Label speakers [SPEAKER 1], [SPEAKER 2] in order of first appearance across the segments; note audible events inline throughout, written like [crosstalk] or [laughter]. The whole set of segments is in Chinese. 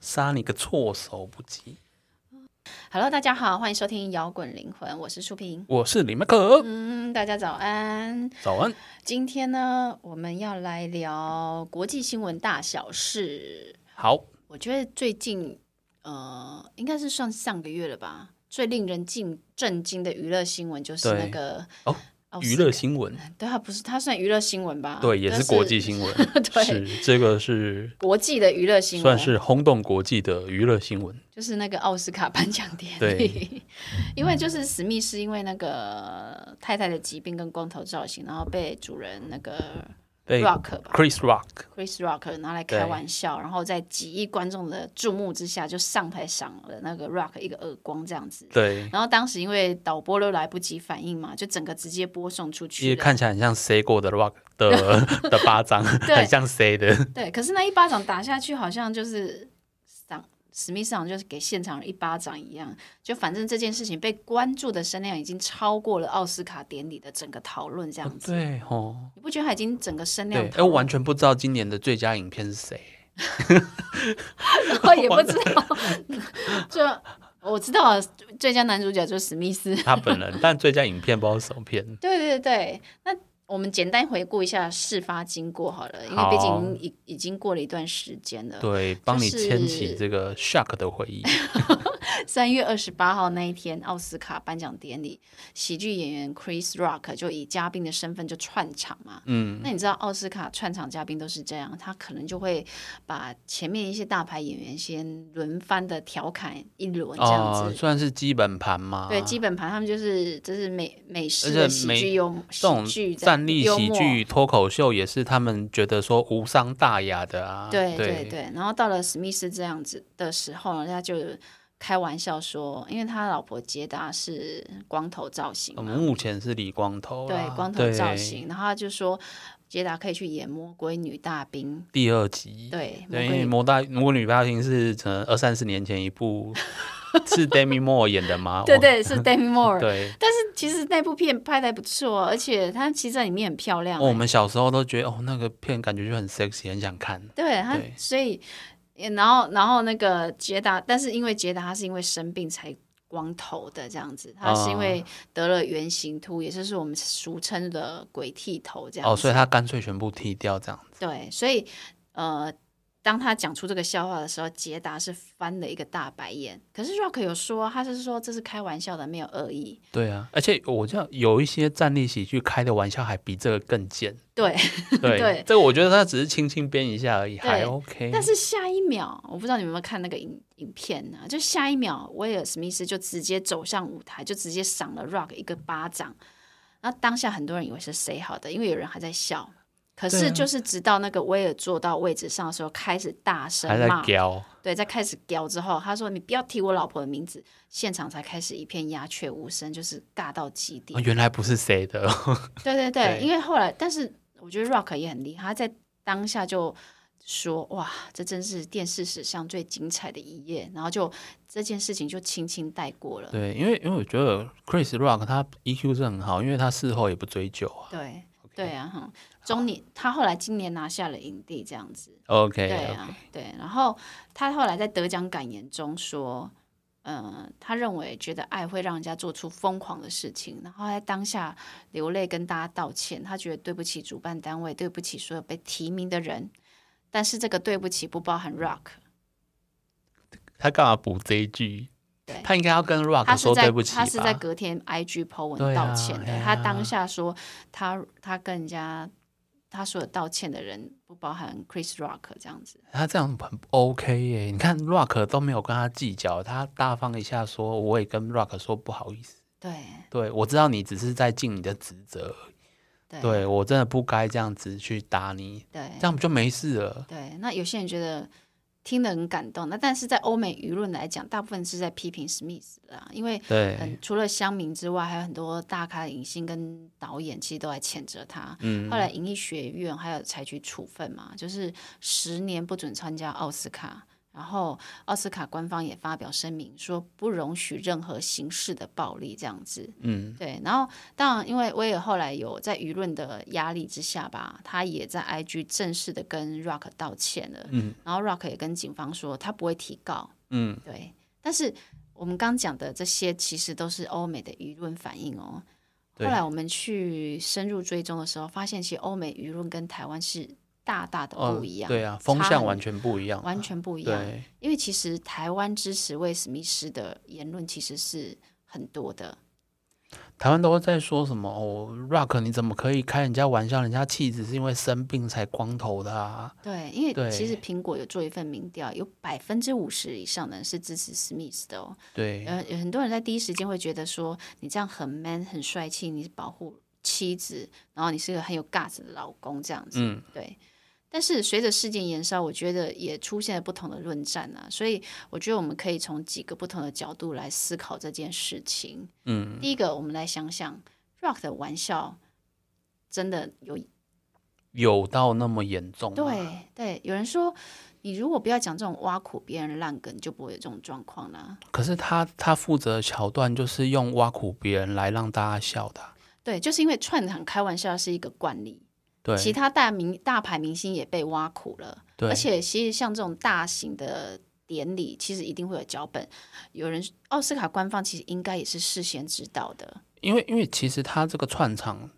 [SPEAKER 1] 杀你个措手不及。
[SPEAKER 2] Hello，大家好，欢迎收听《摇滚灵魂》，我是舒平。
[SPEAKER 1] 我是李麦克，
[SPEAKER 2] 嗯，大家早安。
[SPEAKER 1] 早安。
[SPEAKER 2] 今天呢，我们要来聊国际新闻大小事。
[SPEAKER 1] 好，
[SPEAKER 2] 我觉得最近，呃，应该是算上个月了吧，最令人惊震惊的娱乐新闻就是
[SPEAKER 1] 对
[SPEAKER 2] 那个
[SPEAKER 1] 哦
[SPEAKER 2] 奥斯
[SPEAKER 1] 娱乐新闻，
[SPEAKER 2] 对，它不是它算娱乐新闻吧？
[SPEAKER 1] 对，也
[SPEAKER 2] 但
[SPEAKER 1] 是国际新闻，
[SPEAKER 2] [laughs] 对
[SPEAKER 1] [laughs] 是这个是
[SPEAKER 2] 国际的娱乐新闻，
[SPEAKER 1] 算是轰动国际的娱乐新闻。
[SPEAKER 2] 就是那个奥斯卡颁奖典
[SPEAKER 1] [laughs]
[SPEAKER 2] 礼
[SPEAKER 1] 对，
[SPEAKER 2] 因为就是史密斯因为那个太太的疾病跟光头造型，然后被主人那个
[SPEAKER 1] 被
[SPEAKER 2] Rock 吧
[SPEAKER 1] Chris Rock，
[SPEAKER 2] Chris Rock 拿来
[SPEAKER 1] 对
[SPEAKER 2] 开玩笑，然后在几亿观众的注目之下，就上台赏了那个 Rock 一个耳光这样子。
[SPEAKER 1] 对，
[SPEAKER 2] 然后当时因为导播都来不及反应嘛，就整个直接播送出
[SPEAKER 1] 因
[SPEAKER 2] 去
[SPEAKER 1] 为
[SPEAKER 2] 了。
[SPEAKER 1] 看起来很像塞过
[SPEAKER 2] [laughs]
[SPEAKER 1] 的 Rock 的的巴掌，
[SPEAKER 2] 对
[SPEAKER 1] 很像塞的，
[SPEAKER 2] 对，可是那一巴掌打下去，好像就是赏史密斯好像就是给现场人一巴掌一样。就反正这件事情被关注的声量已经超过了奥斯卡典礼的整个讨论，这样子。
[SPEAKER 1] 对哦，
[SPEAKER 2] 你不觉得他已经整个声量
[SPEAKER 1] 对，哎，
[SPEAKER 2] 讨
[SPEAKER 1] 我
[SPEAKER 2] 论，
[SPEAKER 1] 完全不知道今年的最佳影片是谁，
[SPEAKER 2] 然后 [laughs] 也不知道， [laughs] 就我知道最佳男主角就是史密斯。
[SPEAKER 1] 他本
[SPEAKER 2] [laughs]
[SPEAKER 1] 人，但最佳影片不知道是什么片，
[SPEAKER 2] 对对对，那我们简单回顾一下事发经过好了，因为毕
[SPEAKER 1] 好
[SPEAKER 2] 竟已已经过了一段时间了。
[SPEAKER 1] 对，帮你
[SPEAKER 2] 就是
[SPEAKER 1] 牵起这个 Shark 的回忆，
[SPEAKER 2] 三月二十八号那一天，奥斯卡颁奖典礼，喜剧演员 Chris Rock 就以嘉宾的身份就串场嘛。
[SPEAKER 1] 嗯，
[SPEAKER 2] 那你知道奥斯卡串场嘉宾都是这样，他可能就会把前面一些大牌演员先轮番的调侃一轮这样
[SPEAKER 1] 哦，
[SPEAKER 2] 子。
[SPEAKER 1] 算是基本盘嘛，
[SPEAKER 2] 对，基本盘他们就是这是美美
[SPEAKER 1] 而
[SPEAKER 2] 式
[SPEAKER 1] 且
[SPEAKER 2] 的喜
[SPEAKER 1] 美
[SPEAKER 2] 剧幽
[SPEAKER 1] 这种
[SPEAKER 2] 喜剧的
[SPEAKER 1] 站立
[SPEAKER 2] 幽
[SPEAKER 1] 喜
[SPEAKER 2] 默
[SPEAKER 1] 剧、脱口秀也是他们觉得说无伤大雅的啊。
[SPEAKER 2] 对
[SPEAKER 1] 对
[SPEAKER 2] 对对，然后到了史密斯这样子的时候呢，他就开玩笑说，因为他老婆杰达是光头造型
[SPEAKER 1] 我
[SPEAKER 2] 嘛，
[SPEAKER 1] 们目前是理光头啦，
[SPEAKER 2] 对光头造
[SPEAKER 1] 对。
[SPEAKER 2] 型，然后他就说杰达可以去演魔鬼女大兵，
[SPEAKER 1] 第二集，
[SPEAKER 2] 对魔
[SPEAKER 1] 对，
[SPEAKER 2] 鬼
[SPEAKER 1] 因为《
[SPEAKER 2] 女
[SPEAKER 1] 魔大魔女大兵》是呃二三十年前一
[SPEAKER 2] [laughs]
[SPEAKER 1] 部是 Demi Moore 演的吗？
[SPEAKER 2] 对
[SPEAKER 1] 我 [laughs]
[SPEAKER 2] 对是 Demi Moore，
[SPEAKER 1] 对，
[SPEAKER 2] 但是其实那部片拍的不错，而且她其实在里面很漂亮、
[SPEAKER 1] 哦我
[SPEAKER 2] 欸，
[SPEAKER 1] 们小时候都觉得哦那个片感觉就很 sexy，很想看。
[SPEAKER 2] 对她
[SPEAKER 1] 对
[SPEAKER 2] 所以然后然后那个杰达，但是因为杰达她是因为生病才。光头的这样子，她是
[SPEAKER 1] 哦
[SPEAKER 2] 因为得了圆形秃，也就是我们俗称的鬼剃头这样子。
[SPEAKER 1] 哦，所以他干脆全部剃掉这样子。
[SPEAKER 2] 对，所以呃，当他讲出这个笑话的时候，杰达是翻了一个大白眼。可是 Rock 有说，他是说这是开玩笑的，没有恶意。
[SPEAKER 1] 对啊，而且我这样有一些站立喜剧开的玩笑还比这个更贱。
[SPEAKER 2] 对，
[SPEAKER 1] 对，
[SPEAKER 2] 对
[SPEAKER 1] 这个我觉得他只是轻轻编一下而已，还
[SPEAKER 2] 对
[SPEAKER 1] OK。
[SPEAKER 2] 但是下一秒，我不知道你们有没有看那个影影片呢、就下一秒，威尔史密斯就直接走上舞台，就直接赏了 Rock 一个巴掌。然后当下很多人以为是谁好的，因为有人还在笑。可
[SPEAKER 1] 对
[SPEAKER 2] 是
[SPEAKER 1] 啊
[SPEAKER 2] 就是直到那个威尔坐到位置上的时候，开始大声
[SPEAKER 1] 还在
[SPEAKER 2] 骂
[SPEAKER 1] 屌，
[SPEAKER 2] 对，在开始屌之后，他说：“你不要提我老婆的名字。”现场才开始一片鸦雀无声，就是尬到极
[SPEAKER 1] 哦
[SPEAKER 2] 点。
[SPEAKER 1] 原来不是谁的， [laughs]
[SPEAKER 2] 对对对，
[SPEAKER 1] 对
[SPEAKER 2] 因为后来，但是我觉得 Rock 也很厉害，他在当下就说：“哇，这真是电视史上最精彩的一页。”然后就这件事情就轻轻带过了。
[SPEAKER 1] 对，因为因为我觉得 Chris Rock 他 EQ 是很好，因为他事后也不追究啊。
[SPEAKER 2] 对对啊，哈，中年他后来今年拿下了影帝，这样子。
[SPEAKER 1] OK，
[SPEAKER 2] 对啊，对。然后他后来在得奖感言中说，呃，他认为觉得爱会让人家做出疯狂的事情，然后在当下流泪跟大家道歉，他觉得对不起主办单位，对不起所有被提名的人，但是这个对不起不包
[SPEAKER 1] 嗯
[SPEAKER 2] 含 Rock。
[SPEAKER 1] 哦他干嘛补这一句
[SPEAKER 2] 对？
[SPEAKER 1] 他应该要跟 Rock
[SPEAKER 2] 他是
[SPEAKER 1] 说
[SPEAKER 2] 在
[SPEAKER 1] 对不起吧？
[SPEAKER 2] 他是在隔天 IG po 文
[SPEAKER 1] 对啊
[SPEAKER 2] 道歉的。
[SPEAKER 1] 哎呀
[SPEAKER 2] 他当下说他他跟人家他所有道歉的人不包含 Chris Rock 这样子。
[SPEAKER 1] 他这样很不 OK 耶。你看 Rock 都没有跟他计较，他大方一下说，我也跟 Rock 说不好意思，
[SPEAKER 2] 对
[SPEAKER 1] 对我知道你只是在尽你的职责，
[SPEAKER 2] 对啊
[SPEAKER 1] 对我真的不该这样子去打你，
[SPEAKER 2] 对
[SPEAKER 1] 这样就没事了。
[SPEAKER 2] 对，那有些人觉得听得很感动，那但是在欧美舆论来讲，大部分是在批评史密斯啦，因为
[SPEAKER 1] 对，
[SPEAKER 2] 嗯，除了乡民之外，还有很多大咖的影星跟导演其实都在谴责他。
[SPEAKER 1] 嗯
[SPEAKER 2] 后来影艺学院还有采取处分嘛，就是十年不准参加奥斯卡。然后奥斯卡官方也发表声明说，不容许任何形式的暴力这样子。
[SPEAKER 1] 嗯
[SPEAKER 2] 对，然后当然，因为威尔后来有在舆论的压力之下吧，他也在 IG 正式的跟 Rock 道歉了。
[SPEAKER 1] 嗯，
[SPEAKER 2] 然后 Rock 也跟警方说他不会提告。
[SPEAKER 1] 嗯
[SPEAKER 2] 对，但是我们刚讲的这些其实都是欧美的舆论反应哦。后
[SPEAKER 1] 对
[SPEAKER 2] 来我们去深入追踪的时候，发现其实欧美舆论跟台湾是大大的
[SPEAKER 1] 哦
[SPEAKER 2] 不一样，
[SPEAKER 1] 对啊，风
[SPEAKER 2] 差
[SPEAKER 1] 向
[SPEAKER 2] 很
[SPEAKER 1] 完全不一样，啊
[SPEAKER 2] 完全不一样。
[SPEAKER 1] 对，
[SPEAKER 2] 因为其实台湾支持威史密斯的言论其实是很多的，
[SPEAKER 1] 台湾都在说什么哦，Rock 你怎么可以开人家玩笑？人家妻子是因为生病才光头的啊，
[SPEAKER 2] 对，因为
[SPEAKER 1] 对
[SPEAKER 2] 其实苹果有做一份民调，有百分之五十以上的人是支持史密斯的哦。
[SPEAKER 1] 对，
[SPEAKER 2] 呃，有很多人在第一时间会觉得说，你这样很 man 很帅气，你保护妻子，然后你是个很有 guts 的老公这样子，
[SPEAKER 1] 嗯
[SPEAKER 2] 对。但是随着事件延烧，我觉得也出现了不同的论战啊，所以我觉得我们可以从几个不同的角度来思考这件事情。
[SPEAKER 1] 嗯，
[SPEAKER 2] 第一个，我们来想想 Rock 的玩笑真的有
[SPEAKER 1] 有到那么严重、吗？
[SPEAKER 2] 对对，有人说你如果不要讲这种挖苦别人烂梗，就不会有这种状况啦、
[SPEAKER 1] 可是他他负责的桥段就是用挖苦别人来让大家笑的啊、
[SPEAKER 2] 对，就是因为串场开玩笑是一个惯例，
[SPEAKER 1] 对，
[SPEAKER 2] 其他大明大牌明星也被挖苦了，
[SPEAKER 1] 对
[SPEAKER 2] 而且其实像这种大型的典礼，其实一定会有脚本。有人奥斯卡官方其实应该也是事先知道的，
[SPEAKER 1] 因为因为其实他这个串场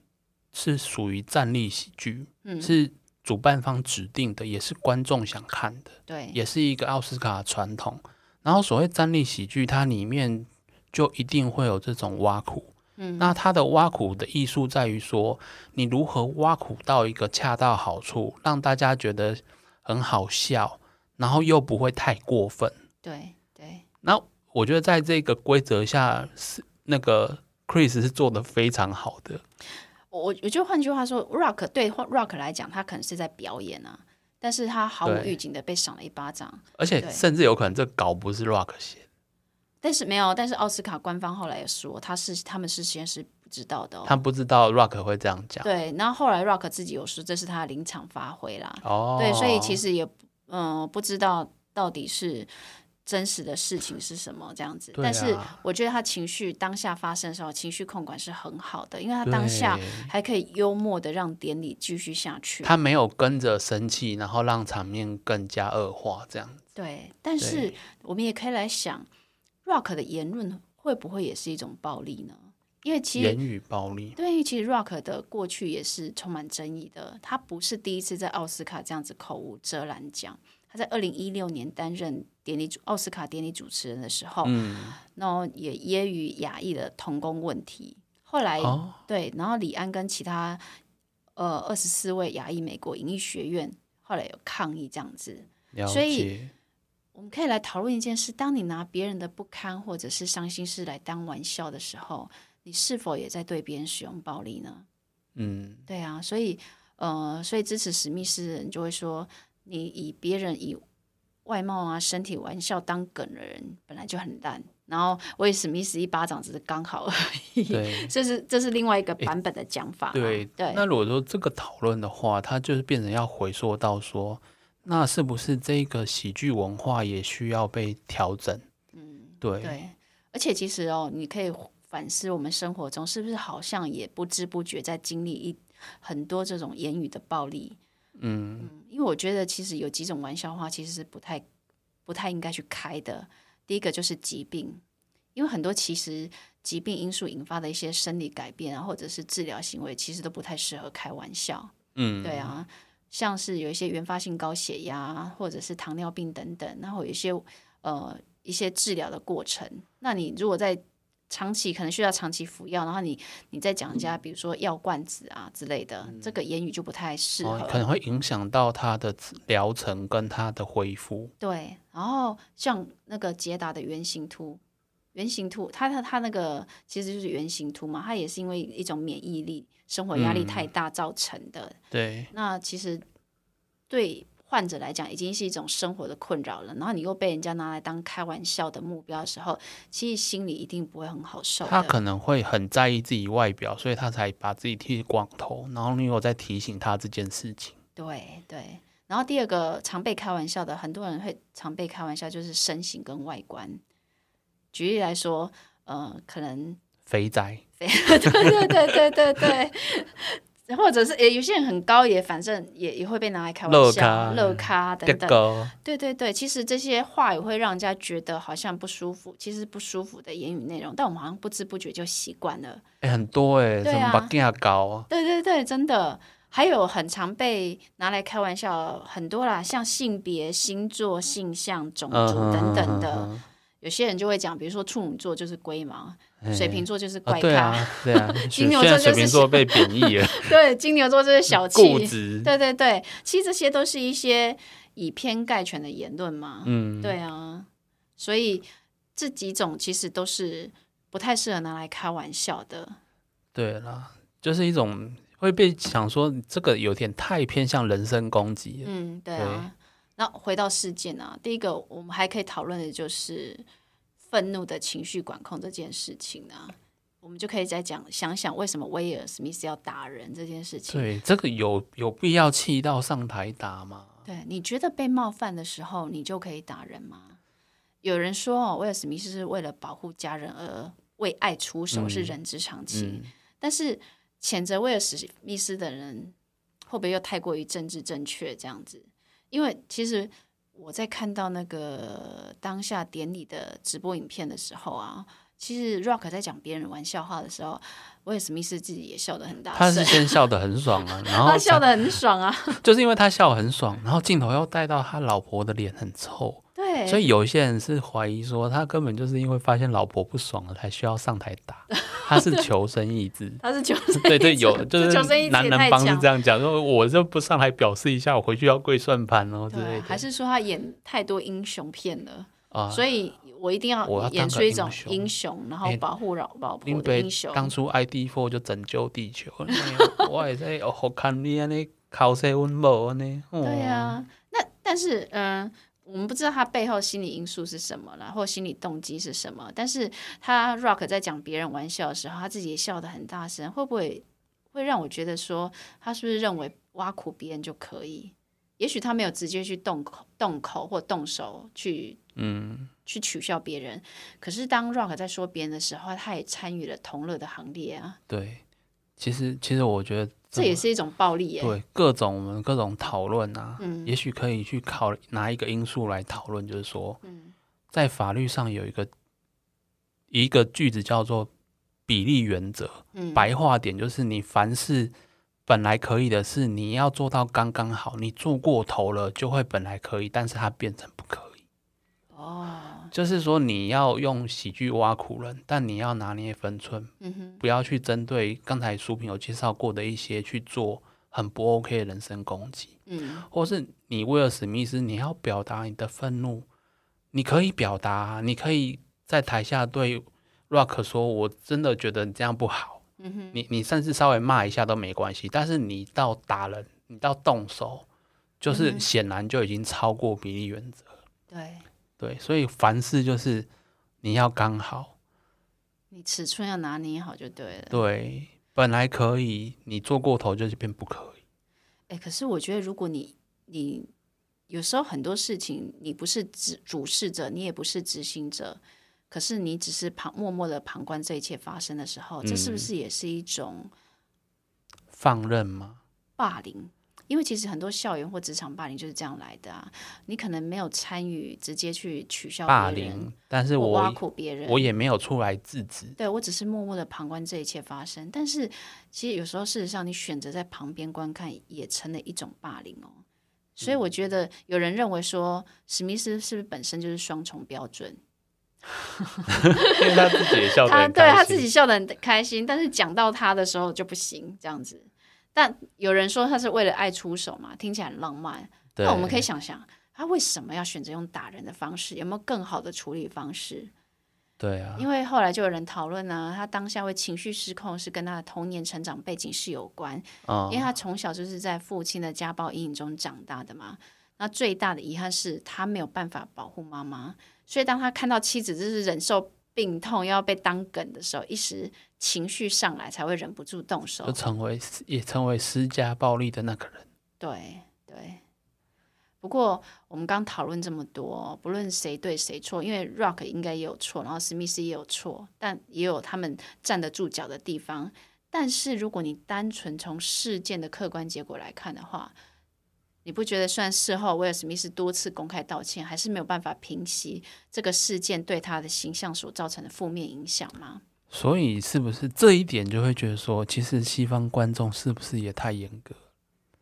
[SPEAKER 1] 是属于站立喜剧，
[SPEAKER 2] 嗯，
[SPEAKER 1] 是主办方指定的，也是观众想看的，
[SPEAKER 2] 对，
[SPEAKER 1] 也是一个奥斯卡的传统。然后所谓站立喜剧，它里面就一定会有这种挖苦。
[SPEAKER 2] 嗯，
[SPEAKER 1] 那它的挖苦的艺术在于说，你如何挖苦到一个恰到好处，让大家觉得很好笑，然后又不会太过分。
[SPEAKER 2] 对对
[SPEAKER 1] 那我觉得在这个规则下，是那个 Chris 是做的非常好的。
[SPEAKER 2] 我我我就换句话说，Rock 对 Rock 来讲，他可能是在表演啊，但是他毫无
[SPEAKER 1] 对
[SPEAKER 2] 预警的被赏了一巴掌。
[SPEAKER 1] 而且
[SPEAKER 2] 对
[SPEAKER 1] 甚至有可能这稿不是 Rock 写的，
[SPEAKER 2] 但是没有，但是奥斯卡官方后来也说，他是他们是实验室不知道的哦。
[SPEAKER 1] 他不知道 Rock 会这样讲。
[SPEAKER 2] 对，然后后来 Rock 自己有说这是他的临场发挥啦。
[SPEAKER 1] 哦，
[SPEAKER 2] 对，所以其
[SPEAKER 1] 实
[SPEAKER 2] 实也嗯、呃不知道到底是真实的事情是什么这样子。
[SPEAKER 1] 对
[SPEAKER 2] 但是
[SPEAKER 1] 啊
[SPEAKER 2] 我觉得他情绪当下发生的时候，情绪控管是很好的，因为他当下还可以幽默的让典礼继续下去。
[SPEAKER 1] 他没有跟着生气，然后让场面更加恶化这样。
[SPEAKER 2] 对，但是
[SPEAKER 1] 对
[SPEAKER 2] 我们也可以来想，Rock 的言论会不会也是一种暴力呢？因为其实
[SPEAKER 1] 言语暴力，
[SPEAKER 2] 对，因为其实 Rock 的过去也是充满争议的，他不是第一次在奥斯卡这样子口无遮拦讲。他在二零一六年担任典礼主奥斯卡典礼主持人的时候，
[SPEAKER 1] 嗯，
[SPEAKER 2] 然后也揶揄亚裔的童工问题。后来、
[SPEAKER 1] 哦，
[SPEAKER 2] 对，然后李安跟其他呃二十四位亚裔美国影艺学院后来有抗议这样子。
[SPEAKER 1] 了
[SPEAKER 2] 所以
[SPEAKER 1] 解，
[SPEAKER 2] 我们可以来讨论一件事：当你拿别人的不堪或者是伤心事来当玩笑的时候，你是否也在对别人使用暴力呢？
[SPEAKER 1] 嗯，
[SPEAKER 2] 对啊，所以呃，所以支持史密斯的人就会说，你以别人以外貌啊、身体玩笑当梗的人，本来就很烂。然后为史密斯一巴掌只是刚好而已， [laughs]
[SPEAKER 1] 对。
[SPEAKER 2] 这是这是另外一个版本的讲法啊、
[SPEAKER 1] 对
[SPEAKER 2] 对
[SPEAKER 1] 那如果说这个讨论的话，它就是变成要回溯到说，那是不是这个喜剧文化也需要被调整？
[SPEAKER 2] 嗯
[SPEAKER 1] 对，
[SPEAKER 2] 对，而且其实哦，你可以反思我们生活中是不是好像也不知不觉在经历一很多这种言语的暴力。
[SPEAKER 1] 嗯，
[SPEAKER 2] 嗯，因为我觉得其实有几种玩笑话其实是不太不太应该去开的。第一个就是疾病，因为很多其实疾病因素引发的一些生理改变啊，或者是治疗行为，其实都不太适合开玩笑。
[SPEAKER 1] 嗯，
[SPEAKER 2] 对，啊，像是有一些原发性高血压或者是糖尿病等等，然后有一些呃一些治疗的过程。那你如果在长期可能需要长期服药，然后你你再讲人
[SPEAKER 1] 嗯
[SPEAKER 2] 家比如说药罐子啊之类的，这个言语就不太适合。
[SPEAKER 1] 哦，可能会影响到他的疗程跟他的恢复。
[SPEAKER 2] 对，然后像那个捷达的圆形凸，圆形凸，它它它那个其实就是圆形凸嘛，它也是因为一种免疫力、生活压力太
[SPEAKER 1] 嗯
[SPEAKER 2] 大造成的。
[SPEAKER 1] 对，
[SPEAKER 2] 那其实对患者来讲，已经是一种生活的困扰了。然后你又被人家拿来当开玩笑的目标的时候，其实心里一定不会很好受
[SPEAKER 1] 他
[SPEAKER 2] 的。
[SPEAKER 1] 可能会很在意自己外表，所以他才把自己剃光头。然后你有在提醒他这件事情。
[SPEAKER 2] 对对，然后第二个常被开玩笑的，很多人会常被开玩笑，就是身形跟外观。举例来说，呃，可能
[SPEAKER 1] 肥宅，
[SPEAKER 2] 对 [laughs] 对对对对对对，或者是也有些人很高也，反正也也会被拿来开玩笑，
[SPEAKER 1] 乐咖
[SPEAKER 2] 乐咖等
[SPEAKER 1] 这
[SPEAKER 2] 等。
[SPEAKER 1] 个
[SPEAKER 2] 对对对，其实这些话也会让人家觉得好像不舒服，其实不舒服的言语内容，但我们好像不知不觉就习惯了。
[SPEAKER 1] 哎、很多哎、
[SPEAKER 2] 对
[SPEAKER 1] 什么
[SPEAKER 2] 啊
[SPEAKER 1] 把架搞啊，
[SPEAKER 2] 对对对，真的。还有很常被拿来开玩笑，很多啦，像性别、星座、性向、种
[SPEAKER 1] 嗯
[SPEAKER 2] 族等等的。
[SPEAKER 1] 嗯嗯嗯
[SPEAKER 2] 有些人就会讲，比如说处女座就是龟毛，
[SPEAKER 1] 嗯
[SPEAKER 2] 水瓶座就是
[SPEAKER 1] 啊
[SPEAKER 2] 怪咖，
[SPEAKER 1] 对啊，对
[SPEAKER 2] [laughs]
[SPEAKER 1] 啊，
[SPEAKER 2] 金
[SPEAKER 1] 水
[SPEAKER 2] 牛
[SPEAKER 1] 现在
[SPEAKER 2] 座就
[SPEAKER 1] 水
[SPEAKER 2] 是
[SPEAKER 1] 瓶座被贬义了，
[SPEAKER 2] [laughs] 对金牛座就是
[SPEAKER 1] [laughs]
[SPEAKER 2] 小
[SPEAKER 1] 固
[SPEAKER 2] 气，
[SPEAKER 1] 执，
[SPEAKER 2] 对对对，其实这些都是一些以偏概全的言论嘛。
[SPEAKER 1] 嗯，
[SPEAKER 2] 对啊，所以这几种其实都是不太适合拿来开玩笑的。
[SPEAKER 1] 对啦，就是一种会被想说这个有点太偏向人身攻击了，
[SPEAKER 2] 嗯，对啊。那回到事件啊，第一个我们还可以讨论的就是愤怒的情绪管控这件事情啊，我们就可以再讲想想为什么威尔史密斯要打人这件事情。
[SPEAKER 1] 对，这个有有必要气到上台打吗？
[SPEAKER 2] 对，你觉得被冒犯的时候，你就可以打人吗？有人说哦，威尔史密斯是为了保护家人而为爱出手，是
[SPEAKER 1] 嗯
[SPEAKER 2] 人之常情。
[SPEAKER 1] 嗯，
[SPEAKER 2] 但是谴责威尔史密斯的人，会不会又太过于政治正确这样子？因为其实我在看到那个当下典礼的直播影片的时候啊，其实 Rock 在讲别人玩笑话的时候，威尔史密斯自己也笑得很大
[SPEAKER 1] 他是
[SPEAKER 2] 声，
[SPEAKER 1] 先笑得很爽啊，然后
[SPEAKER 2] 啊 [laughs] 他笑得很爽啊，
[SPEAKER 1] [laughs] 就是因为他笑得很爽，然后镜头又带到他老婆的脸很臭，
[SPEAKER 2] 对，
[SPEAKER 1] 所以有一些人是怀疑说他根本就是因为发现老婆不爽了才需要上台打，他是求生意志。
[SPEAKER 2] 他是求生
[SPEAKER 1] 对对，
[SPEAKER 2] 意志
[SPEAKER 1] 有
[SPEAKER 2] [laughs] 这
[SPEAKER 1] 就
[SPEAKER 2] 求生意
[SPEAKER 1] 是
[SPEAKER 2] 志
[SPEAKER 1] 男
[SPEAKER 2] 也
[SPEAKER 1] 人
[SPEAKER 2] 太
[SPEAKER 1] 帮是
[SPEAKER 2] 强
[SPEAKER 1] 这样讲，说我这不上来表示一下，我回去要跪算盘哦之类
[SPEAKER 2] 对，啊
[SPEAKER 1] 的。
[SPEAKER 2] 还是说他演太多英雄片了？
[SPEAKER 1] 啊，
[SPEAKER 2] 所以我一定要
[SPEAKER 1] 我要当
[SPEAKER 2] 演
[SPEAKER 1] 个
[SPEAKER 2] 出一种
[SPEAKER 1] 英雄
[SPEAKER 2] 英雄，然后
[SPEAKER 1] 哎
[SPEAKER 2] 保护老老
[SPEAKER 1] 林
[SPEAKER 2] 婆的
[SPEAKER 1] 北
[SPEAKER 2] 英雄。
[SPEAKER 1] 当初 ID Four 就拯救地球，哎呦我也在哦，好看你安尼考试温某呢。哦
[SPEAKER 2] 对啊，那但是嗯、呃我们不知道他背后心理因素是什么啦，或心理动机是什么。但是他 Rock 在讲别人玩笑的时候，他自己也笑得很大声，会不会会让我觉得说他是不是认为挖苦别人就可以？也许他没有直接去动口、动口或动手去
[SPEAKER 1] 嗯，
[SPEAKER 2] 去取笑别人，可是当 Rock 在说别人的时候，他也参与了同乐的行列啊，
[SPEAKER 1] 对，其实其实我觉得
[SPEAKER 2] 这也是一种暴力耶、
[SPEAKER 1] 对各种我们各种讨论啊，
[SPEAKER 2] 嗯
[SPEAKER 1] 也许可以去考拿一个因素来讨论，就是说
[SPEAKER 2] 嗯
[SPEAKER 1] 在法律上有一个一个句子叫做比例原则，
[SPEAKER 2] 嗯，
[SPEAKER 1] 白话点就是你凡是本来可以的事，你要做到刚刚好，你做过头了就会本来可以，但是它变成不可以。
[SPEAKER 2] 哦，
[SPEAKER 1] 就是说你要用喜剧挖苦人，但你要拿捏分寸，
[SPEAKER 2] 嗯哼，
[SPEAKER 1] 不要去针对刚才书评有介绍过的一些去做很不 OK 的人身攻击，
[SPEAKER 2] 嗯
[SPEAKER 1] 或是你威尔史密斯，你要表达你的愤怒，你可以表达，啊你可以在台下对 Rock 说，我真的觉得你这样不好，
[SPEAKER 2] 嗯哼，
[SPEAKER 1] 你你甚至稍微骂一下都没关系，但是你到打人，你到动手，就
[SPEAKER 2] 嗯
[SPEAKER 1] 是
[SPEAKER 2] 哼
[SPEAKER 1] 显然就已经超过比例原则。
[SPEAKER 2] 对。
[SPEAKER 1] 对，所以凡事就是你要刚好，
[SPEAKER 2] 你尺寸要拿捏好就对了。
[SPEAKER 1] 对，本来可以，你做过头就是变不可以。
[SPEAKER 2] 哎，可是我觉得，如果你你有时候很多事情，你不是执主事者，你也不是执行者，可是你只是旁默默的旁观这一切发生的时候，这是不
[SPEAKER 1] 嗯
[SPEAKER 2] 是也是一种
[SPEAKER 1] 放任吗？
[SPEAKER 2] 霸凌？因为其实很多校园或职场霸凌就是这样来的啊。你可能没有参与，直接去取笑
[SPEAKER 1] 霸
[SPEAKER 2] 别人
[SPEAKER 1] 凌，但是
[SPEAKER 2] 或挖
[SPEAKER 1] 我
[SPEAKER 2] 苦别人，
[SPEAKER 1] 我也没有出来制止。
[SPEAKER 2] 对我只是默默的旁观这一切发生，但是其实有时候事实上，你选择在旁边观看也成了一种霸凌哦。所以
[SPEAKER 1] 嗯
[SPEAKER 2] 我觉得有人认为说，史密斯是不是本身就是双重标准？
[SPEAKER 1] 因为他自己也笑得
[SPEAKER 2] 他
[SPEAKER 1] 很
[SPEAKER 2] 对
[SPEAKER 1] 开
[SPEAKER 2] 他自
[SPEAKER 1] 心
[SPEAKER 2] 己笑得很开心，但是讲到他的时候就不行这样子。但有人说他是为了爱出手嘛，听起来很浪漫。
[SPEAKER 1] 对
[SPEAKER 2] 那我们可以想想，他为什么要选择用打人的方式？有没有更好的处理方式？
[SPEAKER 1] 对啊，
[SPEAKER 2] 因为后来就有人讨论呢、他当下会情绪失控，是跟他的童年成长背景是有关，因为
[SPEAKER 1] 嗯，
[SPEAKER 2] 他从小就是在父亲的家暴阴影中长大的嘛。那最大的遗憾是他没有办法保护妈妈，所以当他看到妻子就是忍受病痛要被当梗的时候，一时情绪上来才会忍不住动手
[SPEAKER 1] 就。成为也成为施加暴力的那个人。
[SPEAKER 2] 对对，不过我们刚讨论这么多，不论谁对谁错，因为 Rock 应该也有错，然后史密斯也有错，但也有他们站得住脚的地方。但是如果你单纯从事件的客观结果来看的话，你不觉得虽然事后威尔史密斯多次公开道歉，还是没有办法平息这个事件对他的形象所造成的负面影响吗？
[SPEAKER 1] 所以是不是这一点就会觉得说，其实西方观众是不是也太严格？
[SPEAKER 2] [laughs]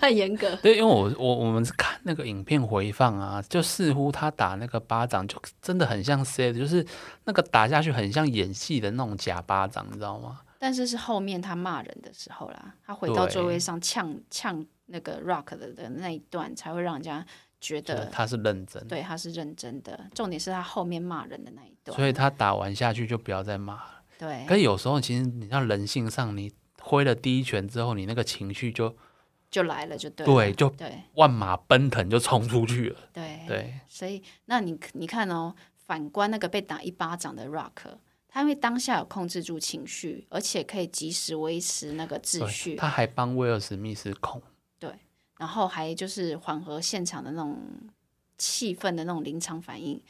[SPEAKER 2] 太严格，
[SPEAKER 1] 对，因为我我我们是看那个影片回放啊，就似乎他打那个巴掌就真的很像 C，就是那个打下去很像演戏的那种假巴掌，你知道吗？
[SPEAKER 2] 但是是后面他骂人的时候啦，他回到座位上呛呛那个 Rock 的的那一段，才会让人家觉
[SPEAKER 1] 就是
[SPEAKER 2] 得
[SPEAKER 1] 他是认真，
[SPEAKER 2] 对他是认真的。重点是他后面骂人的那一段，
[SPEAKER 1] 所以他打完下去就不要再骂了。
[SPEAKER 2] 对
[SPEAKER 1] 可，是有时候其实你像人性上，你挥了第一拳之后，你那个情绪就
[SPEAKER 2] 就来了就对了，
[SPEAKER 1] 对，就
[SPEAKER 2] 对
[SPEAKER 1] 万马奔腾就冲出去了。
[SPEAKER 2] 对
[SPEAKER 1] 对，
[SPEAKER 2] 所以，那你你看哦，反观那个被打一巴掌的 Rock，他因为当下有控制住情绪，而且可以及时维持那个秩
[SPEAKER 1] 对，
[SPEAKER 2] 序，
[SPEAKER 1] 他还帮威尔史密斯控，
[SPEAKER 2] 然后还就是缓和现场的那种气氛的那种临场反应，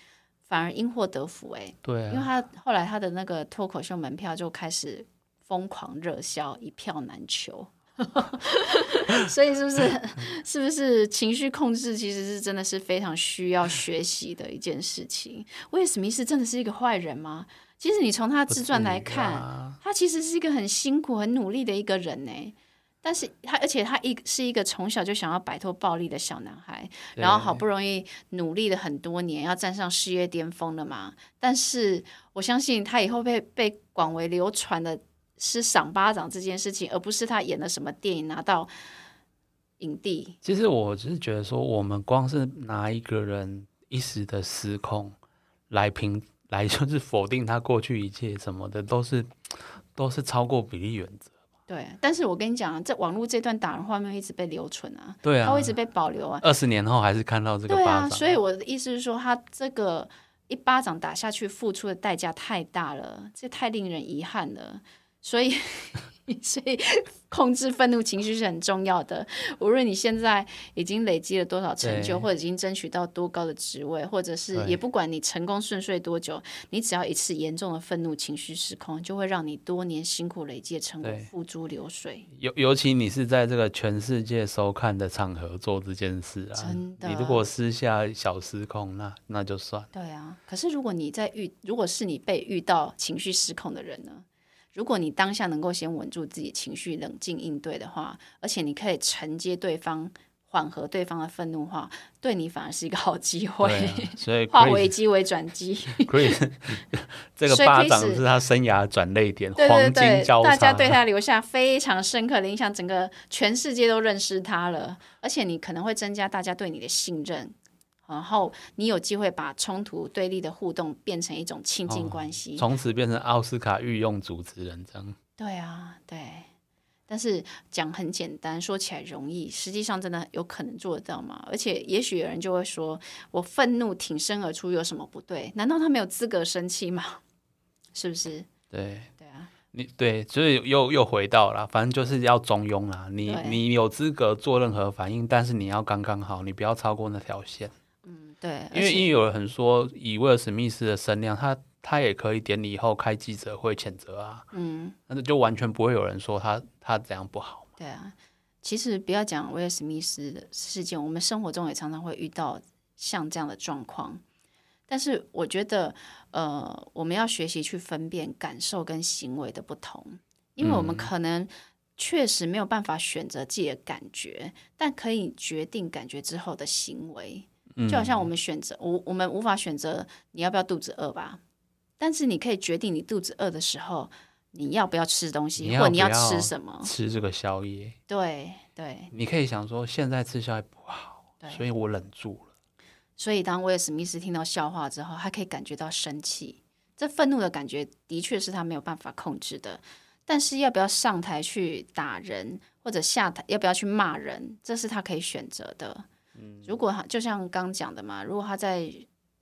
[SPEAKER 2] 反而因祸得福哎，
[SPEAKER 1] 对
[SPEAKER 2] 因为
[SPEAKER 1] 啊，
[SPEAKER 2] 他后来他的那个脱口秀门票就开始疯狂热销，一票难求。 [laughs] 所以是
[SPEAKER 1] [laughs]
[SPEAKER 2] 不是是不是情绪控制其实是真的是非常需要学习的一件事情？威尔史密斯真的是一个坏人吗？其实你从他自传来看，
[SPEAKER 1] 不至于啊
[SPEAKER 2] 他其实是一个很辛苦、很努力的一个人呢。但是他，而且他一是一个从小就想要摆脱暴力的小男孩，
[SPEAKER 1] 对
[SPEAKER 2] 然后好不容易努力了很多年，要站上事业巅峰了嘛。但是我相信他以后被被广为流传的是赏巴掌这件事情，而不是他演了什么电影拿到影帝。
[SPEAKER 1] 其实我只是觉得说，我们光是拿一个人一时的失控来评，来就是否定他过去一切什么的，都是都是超过比例原则。
[SPEAKER 2] 对，但是我跟你讲啊，这网络这段打人画面会一直被留存啊，
[SPEAKER 1] 对啊
[SPEAKER 2] 它，会一直被保留啊。
[SPEAKER 1] 二十年后还是看到这个
[SPEAKER 2] 对
[SPEAKER 1] 巴
[SPEAKER 2] 啊，
[SPEAKER 1] 掌，哦
[SPEAKER 2] 所以我的意思是说，他这个一巴掌打下去，付出的代价太大了，这太令人遗憾了。所以， [laughs] 所以控制愤怒情绪是很重要的。无论你现在已经累积了多少成就，
[SPEAKER 1] 对
[SPEAKER 2] 或者已经争取到多高的职位，或者是
[SPEAKER 1] 对
[SPEAKER 2] 也不管你成功顺遂多久，你只要一次严重的愤怒情绪失控，就会让你多年辛苦累积的成果
[SPEAKER 1] 对
[SPEAKER 2] 付诸流水。
[SPEAKER 1] 尤尤其你是在这个全世界收看的场合做这件事啊，
[SPEAKER 2] 真的
[SPEAKER 1] 你如果私下小失控，那那就算。
[SPEAKER 2] 对啊，可是如果你在遇，如果是你被遇到情绪失控的人呢？如果你当下能够先稳住自己情绪，冷静应对的话，而且你可以承接对方，缓和对方的愤怒的话，对你反而是一个好机会，
[SPEAKER 1] 对、啊，所以
[SPEAKER 2] [laughs] 化危
[SPEAKER 1] Chris
[SPEAKER 2] 机为
[SPEAKER 1] [laughs]
[SPEAKER 2] 转机。 [laughs]
[SPEAKER 1] Chris 这个
[SPEAKER 2] 所以
[SPEAKER 1] 巴掌
[SPEAKER 2] Chris-
[SPEAKER 1] 是他生涯转泪点，
[SPEAKER 2] 对对
[SPEAKER 1] 黄金
[SPEAKER 2] 对，
[SPEAKER 1] 交叉。
[SPEAKER 2] 大家对他留下非常深刻的印象，整个全世界都认识他了。而且你可能会增加大家对你的信任，然后你有机会把冲突对立的互动变成一种亲近
[SPEAKER 1] 哦
[SPEAKER 2] 关系。
[SPEAKER 1] 从此变成奥斯卡御用主持人这样。
[SPEAKER 2] 对啊，对。但是讲很简单，说起来容易，实际上真的有可能做得到吗？而且，也许有人就会说：“我愤怒挺身而出有什么不对？难道他没有资格生气吗？ [laughs] 是不是？
[SPEAKER 1] 对
[SPEAKER 2] 对啊，
[SPEAKER 1] 你对，所以又又回到了，反正就是要中庸啦。你
[SPEAKER 2] 对
[SPEAKER 1] 你有资格做任何反应，但是你要刚刚好，你不要超过那条线。
[SPEAKER 2] 嗯，对。
[SPEAKER 1] 因
[SPEAKER 2] 而
[SPEAKER 1] 为
[SPEAKER 2] 且
[SPEAKER 1] 因为有人说，以威尔史密斯的声量，他他也可以典礼后开记者会谴责啊，
[SPEAKER 2] 嗯，
[SPEAKER 1] 那就完全不会有人说他他怎样不好。
[SPEAKER 2] 对啊，其实不要讲威尔史密斯的事件，我们生活中也常常会遇到像这样的状况。但是我觉得，呃，我们要学习去分辨感受跟行为的不同，因为我
[SPEAKER 1] 嗯
[SPEAKER 2] 们可能确实没有办法选择自己的感觉，但可以决定感觉之后的行为。
[SPEAKER 1] 嗯
[SPEAKER 2] 就好像我们选择，我我们无法选择你要不要肚子饿吧，但是你可以决定你肚子饿的时候，你要不要吃东西，
[SPEAKER 1] 你
[SPEAKER 2] 或
[SPEAKER 1] 要
[SPEAKER 2] 者你
[SPEAKER 1] 不
[SPEAKER 2] 吃
[SPEAKER 1] 要
[SPEAKER 2] 什么。
[SPEAKER 1] 吃这个宵夜，
[SPEAKER 2] 对对
[SPEAKER 1] 你可以想说现在吃宵夜不好，
[SPEAKER 2] 对，
[SPEAKER 1] 所以我忍住了。
[SPEAKER 2] 所以当威尔史密斯听到笑话之后，他可以感觉到生气，这愤怒的感觉的确是他没有办法控制的。但是要不要上台去打人，或者下台要不要去骂人，这是他可以选择的。如果他就像刚讲的嘛，如果他在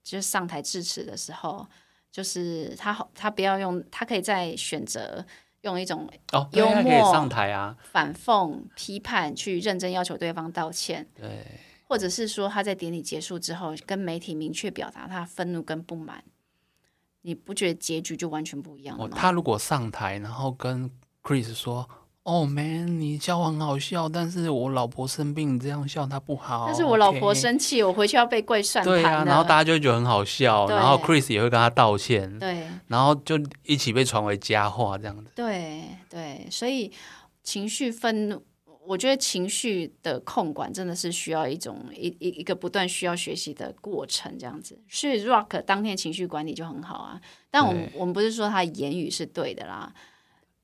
[SPEAKER 2] 就是上台致辞的时候，就是他他不要用，他可以在选择用一种
[SPEAKER 1] 哦，对啊
[SPEAKER 2] 幽
[SPEAKER 1] 可以
[SPEAKER 2] 默
[SPEAKER 1] 上台啊，
[SPEAKER 2] 反讽、批判去认真要求对方道歉，
[SPEAKER 1] 对。
[SPEAKER 2] 或者是说他在典礼结束之后跟媒体明确表达他愤怒跟不满，你不觉得结局就完全不一样了
[SPEAKER 1] 哦，
[SPEAKER 2] 吗？
[SPEAKER 1] 他如果上台，然后跟 Chris 说：“哦、man，你笑很好笑，但是我老婆生病，你这样笑她不好。”
[SPEAKER 2] 但是我老婆生气，我回去要被跪算盘
[SPEAKER 1] 对啊，然后
[SPEAKER 2] 了
[SPEAKER 1] 大家就会觉得很好笑，
[SPEAKER 2] 对
[SPEAKER 1] 然后 Chris 也会跟他道歉，
[SPEAKER 2] 对
[SPEAKER 1] 然后就一起被传为佳话这样子。
[SPEAKER 2] 对对，所以情绪愤怒，我觉得情绪的控管真的是需要一种一一一个不断需要学习的过程，这样子。所以 Rock 当天情绪管理就很好啊，但我们
[SPEAKER 1] 对
[SPEAKER 2] 我们不是说他言语是对的啦，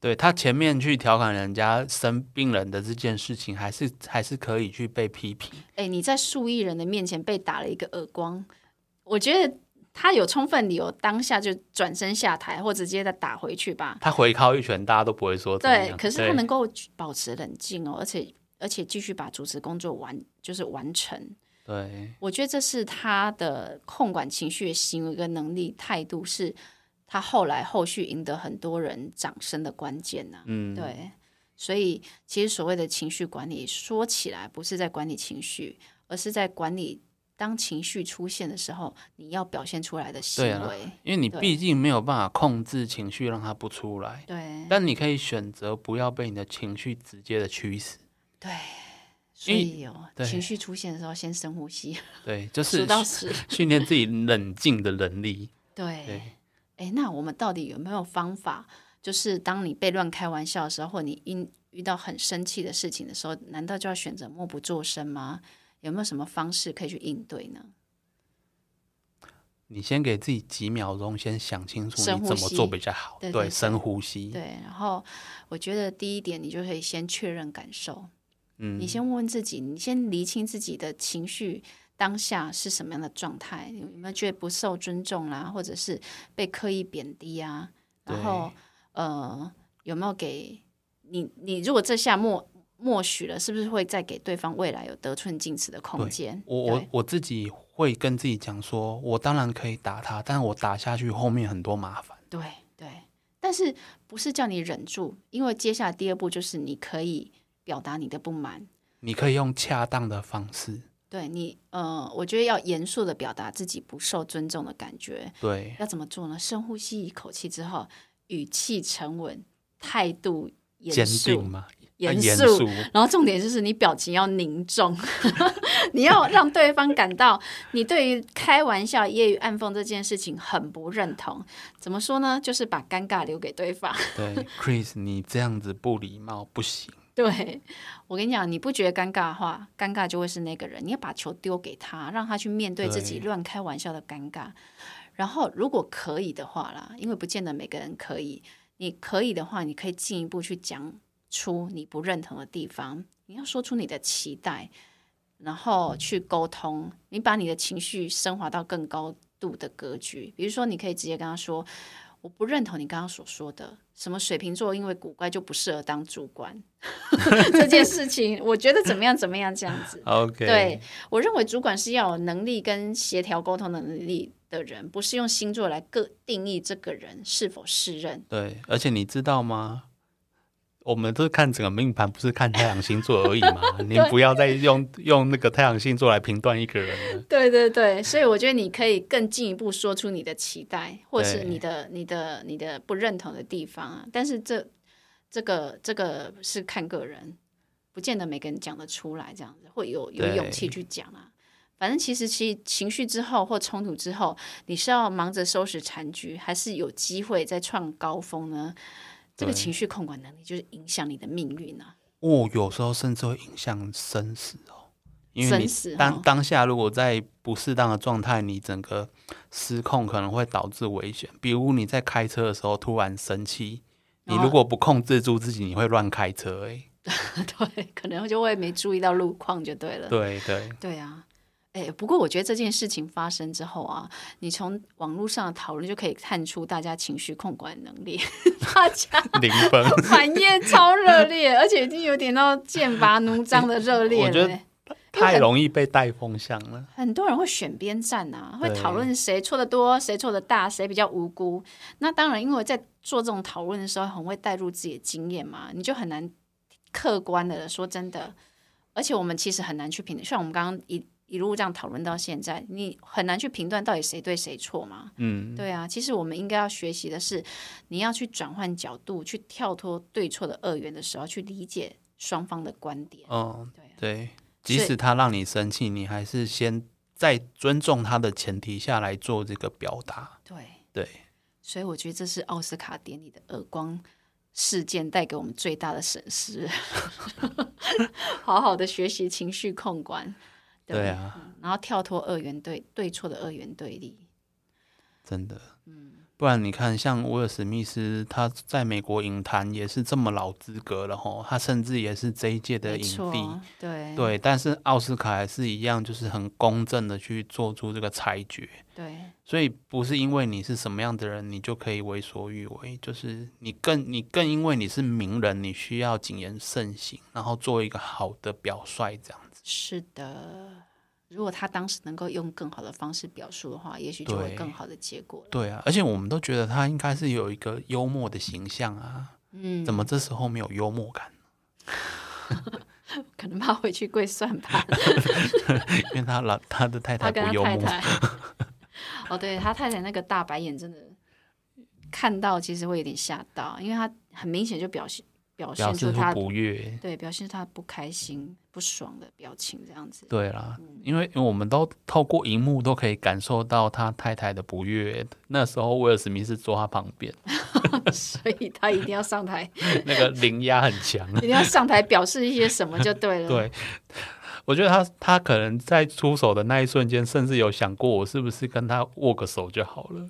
[SPEAKER 1] 对他前面去调侃人家生病人的这件事情，还是还是可以去被批评。
[SPEAKER 2] 哎，你在数亿人的面前被打了一个耳光，我觉得他有充分理由当下就转身下台，或直接再打回去吧。
[SPEAKER 1] 他回靠一拳，大家都不会说怎么
[SPEAKER 2] 对
[SPEAKER 1] 样。，
[SPEAKER 2] 可是他
[SPEAKER 1] 对
[SPEAKER 2] 能够保持冷静哦，而且而且继续把主持工作完，就是完成。
[SPEAKER 1] 对
[SPEAKER 2] 我觉得这是他的控管情绪的行为跟能力态度，是他后来后续赢得很多人掌声的关键呐、
[SPEAKER 1] 嗯，
[SPEAKER 2] 对，所以其实所谓的情绪管理，说起来不是在管理情绪，而是在管理当情绪出现的时候，你要表现出来的行
[SPEAKER 1] 对啊
[SPEAKER 2] 为。
[SPEAKER 1] 因为你
[SPEAKER 2] 对
[SPEAKER 1] 毕竟没有办法控制情绪，让它不出来。
[SPEAKER 2] 对
[SPEAKER 1] 但你可以选择不要被你的情绪直接的驱使。
[SPEAKER 2] 对，所
[SPEAKER 1] 因为
[SPEAKER 2] 以有
[SPEAKER 1] 对
[SPEAKER 2] 情绪出现的时候，先深呼吸，
[SPEAKER 1] 对，就
[SPEAKER 2] 数
[SPEAKER 1] 是
[SPEAKER 2] 到十。
[SPEAKER 1] 训练自己冷静的能力。对
[SPEAKER 2] [laughs] 对，哎，那我们到底有没有方法？就是当你被乱开玩笑的时候，或你因遇到很生气的事情的时候，难道就要选择默不作声吗？有没有什么方式可以去应对呢？
[SPEAKER 1] 你先给自己几秒钟，先想清楚
[SPEAKER 2] 深
[SPEAKER 1] 你
[SPEAKER 2] 呼
[SPEAKER 1] 怎么
[SPEAKER 2] 吸
[SPEAKER 1] 做比较好。
[SPEAKER 2] 对对对
[SPEAKER 1] 深呼吸。
[SPEAKER 2] 对，然后我觉得第一点，你就可以先确认感受，
[SPEAKER 1] 嗯
[SPEAKER 2] 你先问问自己，你先厘清自己的情绪当下是什么样的状态，你有没有觉得不受尊重啦、或者是被刻意贬低啊？然后呃，有没有给你？你如果这下默默许了，是不是会再给对方未来有得寸进尺的空
[SPEAKER 1] 对
[SPEAKER 2] 间？
[SPEAKER 1] 我我
[SPEAKER 2] 对
[SPEAKER 1] 我自己会跟自己讲说，我当然可以打他，但我打下去后面很多麻烦。
[SPEAKER 2] 对对，但是不是叫你忍住？因为接下来第二步就是你可以表达你的不满。
[SPEAKER 1] 你可以用恰当的方式，
[SPEAKER 2] 对你，呃，我觉得要严肃的表达自己不受尊重的感觉，
[SPEAKER 1] 对
[SPEAKER 2] 要怎么做呢？深呼吸一口气之后，语气沉稳，态度
[SPEAKER 1] 坚
[SPEAKER 2] 严肃
[SPEAKER 1] 定，嘛，要
[SPEAKER 2] 严
[SPEAKER 1] 严
[SPEAKER 2] 肃。然后重点就是你表情要凝重， [laughs] 你要让对方感到你对于开玩笑、揶揄、暗讽这件事情很不认同。怎么说呢？就是把尴尬留给对方。
[SPEAKER 1] 对 [laughs] ，Chris，你这样子不礼貌不行。
[SPEAKER 2] 对我跟你讲，你不觉得尴尬的话，尴尬就会是那个人。你要把球丢给他，让他去面对自己
[SPEAKER 1] 对
[SPEAKER 2] 乱开玩笑的尴尬。然后，如果可以的话啦，因为不见得每个人可以，你可以的话，你可以进一步去讲出你不认同的地方，你要说出你的期待，然后去沟通，你把你的情绪升华到更高度的格局。比如说，你可以直接跟他说：“我不认同你刚刚所说的什么水瓶座，因为古怪就不适合当主管这件事情，我觉得怎么样怎么样这样
[SPEAKER 1] [laughs]
[SPEAKER 2] 子。”
[SPEAKER 1] OK，
[SPEAKER 2] 对，我认为主管是要有能力跟协调沟通能力的人，不是用星座来各定义这个人是否适任。
[SPEAKER 1] 对，而且你知道吗？我们都是看整个命盘，不是看太阳星座而已
[SPEAKER 2] [laughs]
[SPEAKER 1] 嘛。您不要再用用那个太阳星座来评断一个人了。
[SPEAKER 2] 对对对，所以我觉得你可以更进一步说出你的期待，或是
[SPEAKER 1] 对
[SPEAKER 2] 你的、你的、你的不认同的地方啊。但是这、这个、这个是看个人，不见得每个人讲得出来，这样子会有有
[SPEAKER 1] 对
[SPEAKER 2] 勇气去讲啊。反正其实其情绪之后或冲突之后，你是要忙着收拾残局，还是有机会再创高峰呢？这个
[SPEAKER 1] 对
[SPEAKER 2] 情绪控管能力就是影响你的命运啊。 [laughs]
[SPEAKER 1] 哦，有时候甚至会影响生死哦，因为
[SPEAKER 2] 生
[SPEAKER 1] 你
[SPEAKER 2] 死
[SPEAKER 1] 当、
[SPEAKER 2] 哦
[SPEAKER 1] 当下如果在不适当的状态，你整个失控可能会导致危险。比如你在开车的时候突然生气，你
[SPEAKER 2] 哦
[SPEAKER 1] 如果不控制住自己，你会乱开车、欸。
[SPEAKER 2] 对，可能就会没注意到路况就对了。
[SPEAKER 1] 对对
[SPEAKER 2] 对啊，哎，不过我觉得这件事情发生之后啊，你从网络上的讨论就可以看出大家情绪控管能力， [laughs] 大家
[SPEAKER 1] 零
[SPEAKER 2] [laughs]
[SPEAKER 1] 分。
[SPEAKER 2] 反应超热烈，而且已经有点到剑拔弩张的热烈
[SPEAKER 1] 我觉
[SPEAKER 2] 了
[SPEAKER 1] 得
[SPEAKER 2] 欸。
[SPEAKER 1] 太容易被带风向了。
[SPEAKER 2] 很多人会选边站啊，会
[SPEAKER 1] 对
[SPEAKER 2] 讨论谁错的多，谁错的大，谁比较无辜。那当然，因为在做这种讨论的时候，很会带入自己的经验嘛，你就很难客观的说真的。而且我们其实很难去评论，像我们刚刚一一路这样讨论到现在，你很难去评断到底谁对谁错嘛。
[SPEAKER 3] 嗯，
[SPEAKER 2] 对啊，其实我们应该要学习的是，你要去转换角度，去跳脱对错的二元的时候，去理解双方的观点。
[SPEAKER 1] 嗯，
[SPEAKER 2] 对啊
[SPEAKER 1] 对，即
[SPEAKER 2] 所以
[SPEAKER 1] 使他让你生气，你还是先在尊重他的前提下来做这个表达。
[SPEAKER 2] 对
[SPEAKER 1] 对，
[SPEAKER 2] 所以我觉得这是奥斯卡典礼的耳光事件带给我们最大的损失。 [laughs] 好好的学习情绪控管，
[SPEAKER 1] 对啊，
[SPEAKER 2] 嗯然后跳脱二元对对错的二元对立。
[SPEAKER 1] 真的。
[SPEAKER 2] 嗯
[SPEAKER 1] 不然你看，像威尔史密斯，他在美国影坛也是这么老资格了吼，他甚至也是这一届的
[SPEAKER 2] 没
[SPEAKER 1] 影
[SPEAKER 2] 错
[SPEAKER 1] 帝。，
[SPEAKER 2] 对
[SPEAKER 1] 对，但是奥斯卡还是一样，就是很公正的去做出这个裁决，
[SPEAKER 2] 对
[SPEAKER 1] 所以不是因为你是什么样的人，你就可以为所欲为，就是你更你更因为你是名人，你需要谨言慎行，然后做一个好的表率，这样子。
[SPEAKER 2] 是的。如果他当时能够用更好的方式表述的话，也许就会
[SPEAKER 1] 对
[SPEAKER 2] 更好的结果了。
[SPEAKER 1] 对啊，而且我们都觉得他应该是有一个幽默的形象啊，
[SPEAKER 2] 嗯，
[SPEAKER 1] 怎么这时候没有幽默感？ [laughs]
[SPEAKER 2] 可能怕回去跪算盘？
[SPEAKER 1] 因为他老他的太
[SPEAKER 2] 他
[SPEAKER 1] 太
[SPEAKER 2] 跟
[SPEAKER 1] 不
[SPEAKER 2] 他
[SPEAKER 1] 幽
[SPEAKER 2] 太
[SPEAKER 1] 默，
[SPEAKER 2] 太，
[SPEAKER 1] [laughs]
[SPEAKER 2] 哦，对他太太那个大白眼真的看到，其实会有点吓到，因为他很明显就表现表
[SPEAKER 1] 表
[SPEAKER 2] 现出
[SPEAKER 1] 示
[SPEAKER 2] 他
[SPEAKER 1] 出不悦。
[SPEAKER 2] 对表现出他不开心、不爽的表情，这样子。 [laughs]
[SPEAKER 1] 对啦，因为因为我们都透过荧幕都可以感受到他太太的不悦。那时候威尔史密斯坐他旁边， [laughs]
[SPEAKER 2] 所以他一定要上台，
[SPEAKER 1] 那个灵压很强。啊
[SPEAKER 2] 一定要上台表示一些什么就对了。
[SPEAKER 1] 对，我觉得他他可能在出手的那一瞬间，甚至有想过我是不是跟他握个手就好了。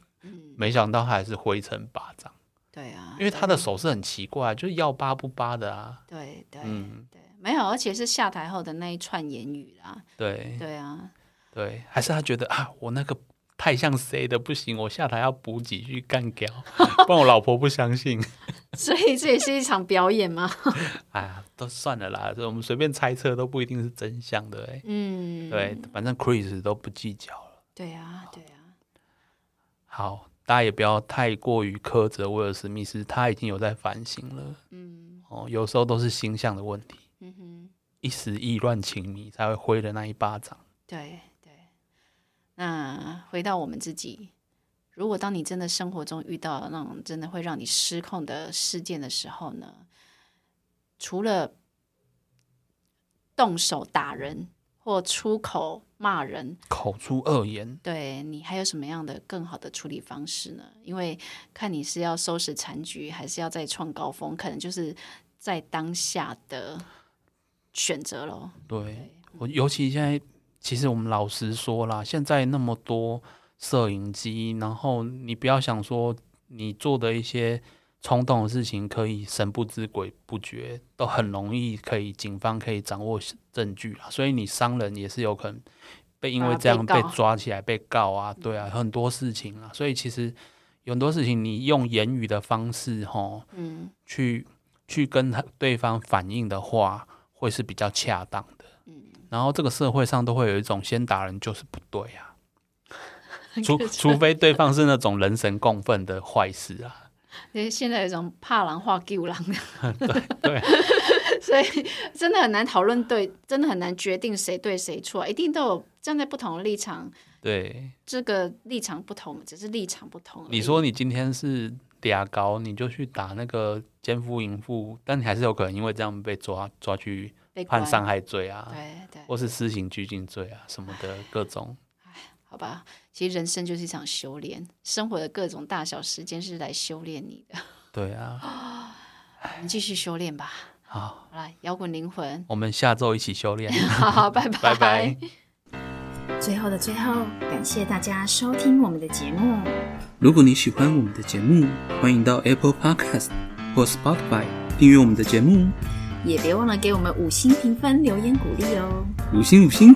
[SPEAKER 1] 没想到他还是挥成巴掌，
[SPEAKER 2] 对啊，
[SPEAKER 1] 因为他的手是很奇怪，啊就是要扒不扒的啊。
[SPEAKER 2] 对对对，没有，而且是下台后的那一串言语啦。
[SPEAKER 1] 对
[SPEAKER 2] 对啊， [laughs]
[SPEAKER 1] 对，还是他觉得啊，我那个太像谁的不行，我下台要补几句干掉，不然我老婆不相信。
[SPEAKER 2] 所以这也是一场表演吗？
[SPEAKER 1] 哎呀，都算了啦，这我们随便猜测都不一定是真相的哎、
[SPEAKER 2] 嗯，
[SPEAKER 1] 对，反正 Chris 都不计较了。
[SPEAKER 2] 对啊，对啊，
[SPEAKER 1] 好，大家也不要太过于苛责威尔史密斯，他已经有在反省了。
[SPEAKER 2] 嗯
[SPEAKER 1] 哦，有时候都是星象的问题，
[SPEAKER 2] 嗯哼，
[SPEAKER 1] 一时意乱情迷才会挥的那一巴掌。
[SPEAKER 2] 对对。那回到我们自己，如果当你真的生活中遇到那种真的会让你失控的事件的时候呢，除了动手打人或出口骂人，
[SPEAKER 1] 口出恶言，
[SPEAKER 2] 对你还有什么样的更好的处理方式呢？因为看你是要收拾残局，还是要再创高峰，可能就是在当下的选择咯。
[SPEAKER 1] 对我尤其现在，其实我们老实说啦，现在那么多摄影机，然后你不要想说你做的一些冲动的事情可以神不知鬼不觉，都很容易可以警方可以掌握证据啦，所以你伤人也是有可能被因
[SPEAKER 2] 啊
[SPEAKER 1] 为这样
[SPEAKER 2] 被
[SPEAKER 1] 被
[SPEAKER 2] 告嗯
[SPEAKER 1] 抓起来被告啊，对啊，很多事情啊，所以其实有很多事情你用言语的方式吼
[SPEAKER 2] 嗯
[SPEAKER 1] 去去跟他对方反映的话，会是比较恰当的。
[SPEAKER 2] 嗯，
[SPEAKER 1] 然后这个社会上都会有一种先打人就是不对啊，除
[SPEAKER 2] 可是
[SPEAKER 1] 除非对方是那种人神共愤的坏事啊，
[SPEAKER 2] 因为现在有一种怕狼化狗狼的，
[SPEAKER 1] [laughs] 对
[SPEAKER 2] [laughs] 所以真的很难讨论对，真的很难决定谁对谁错，一定都有站在不同的立场，
[SPEAKER 1] 对。
[SPEAKER 2] 这个立场不同，只是立场不同而已。
[SPEAKER 1] 你说你今天是俩高，你就去打那个奸夫淫妇，但你还是有可能因为这样被抓抓去
[SPEAKER 2] 被关
[SPEAKER 1] 判伤害罪啊，
[SPEAKER 2] 对对，
[SPEAKER 1] 或是私刑拘禁罪啊什么的各种。
[SPEAKER 2] 好吧，其实人生就是一场修炼，生活的各种大小时间是来修炼你的，
[SPEAKER 1] 对啊，
[SPEAKER 2] 我们继续修
[SPEAKER 1] [laughs]
[SPEAKER 2] 炼吧。
[SPEAKER 1] 好，
[SPEAKER 2] 好啦，摇滚灵魂， [laughs]
[SPEAKER 1] 我们下周一起修炼，
[SPEAKER 2] 好好，拜
[SPEAKER 1] 拜拜。
[SPEAKER 4] 最后的最后，感谢大家收听我们的节目。
[SPEAKER 5] 如果你喜欢我们的节目，欢迎到 Apple Podcast 或 Spotify 订阅我们的节目，
[SPEAKER 4] 也别忘了给我们五星评分、留言鼓励哦。
[SPEAKER 5] 五星五星。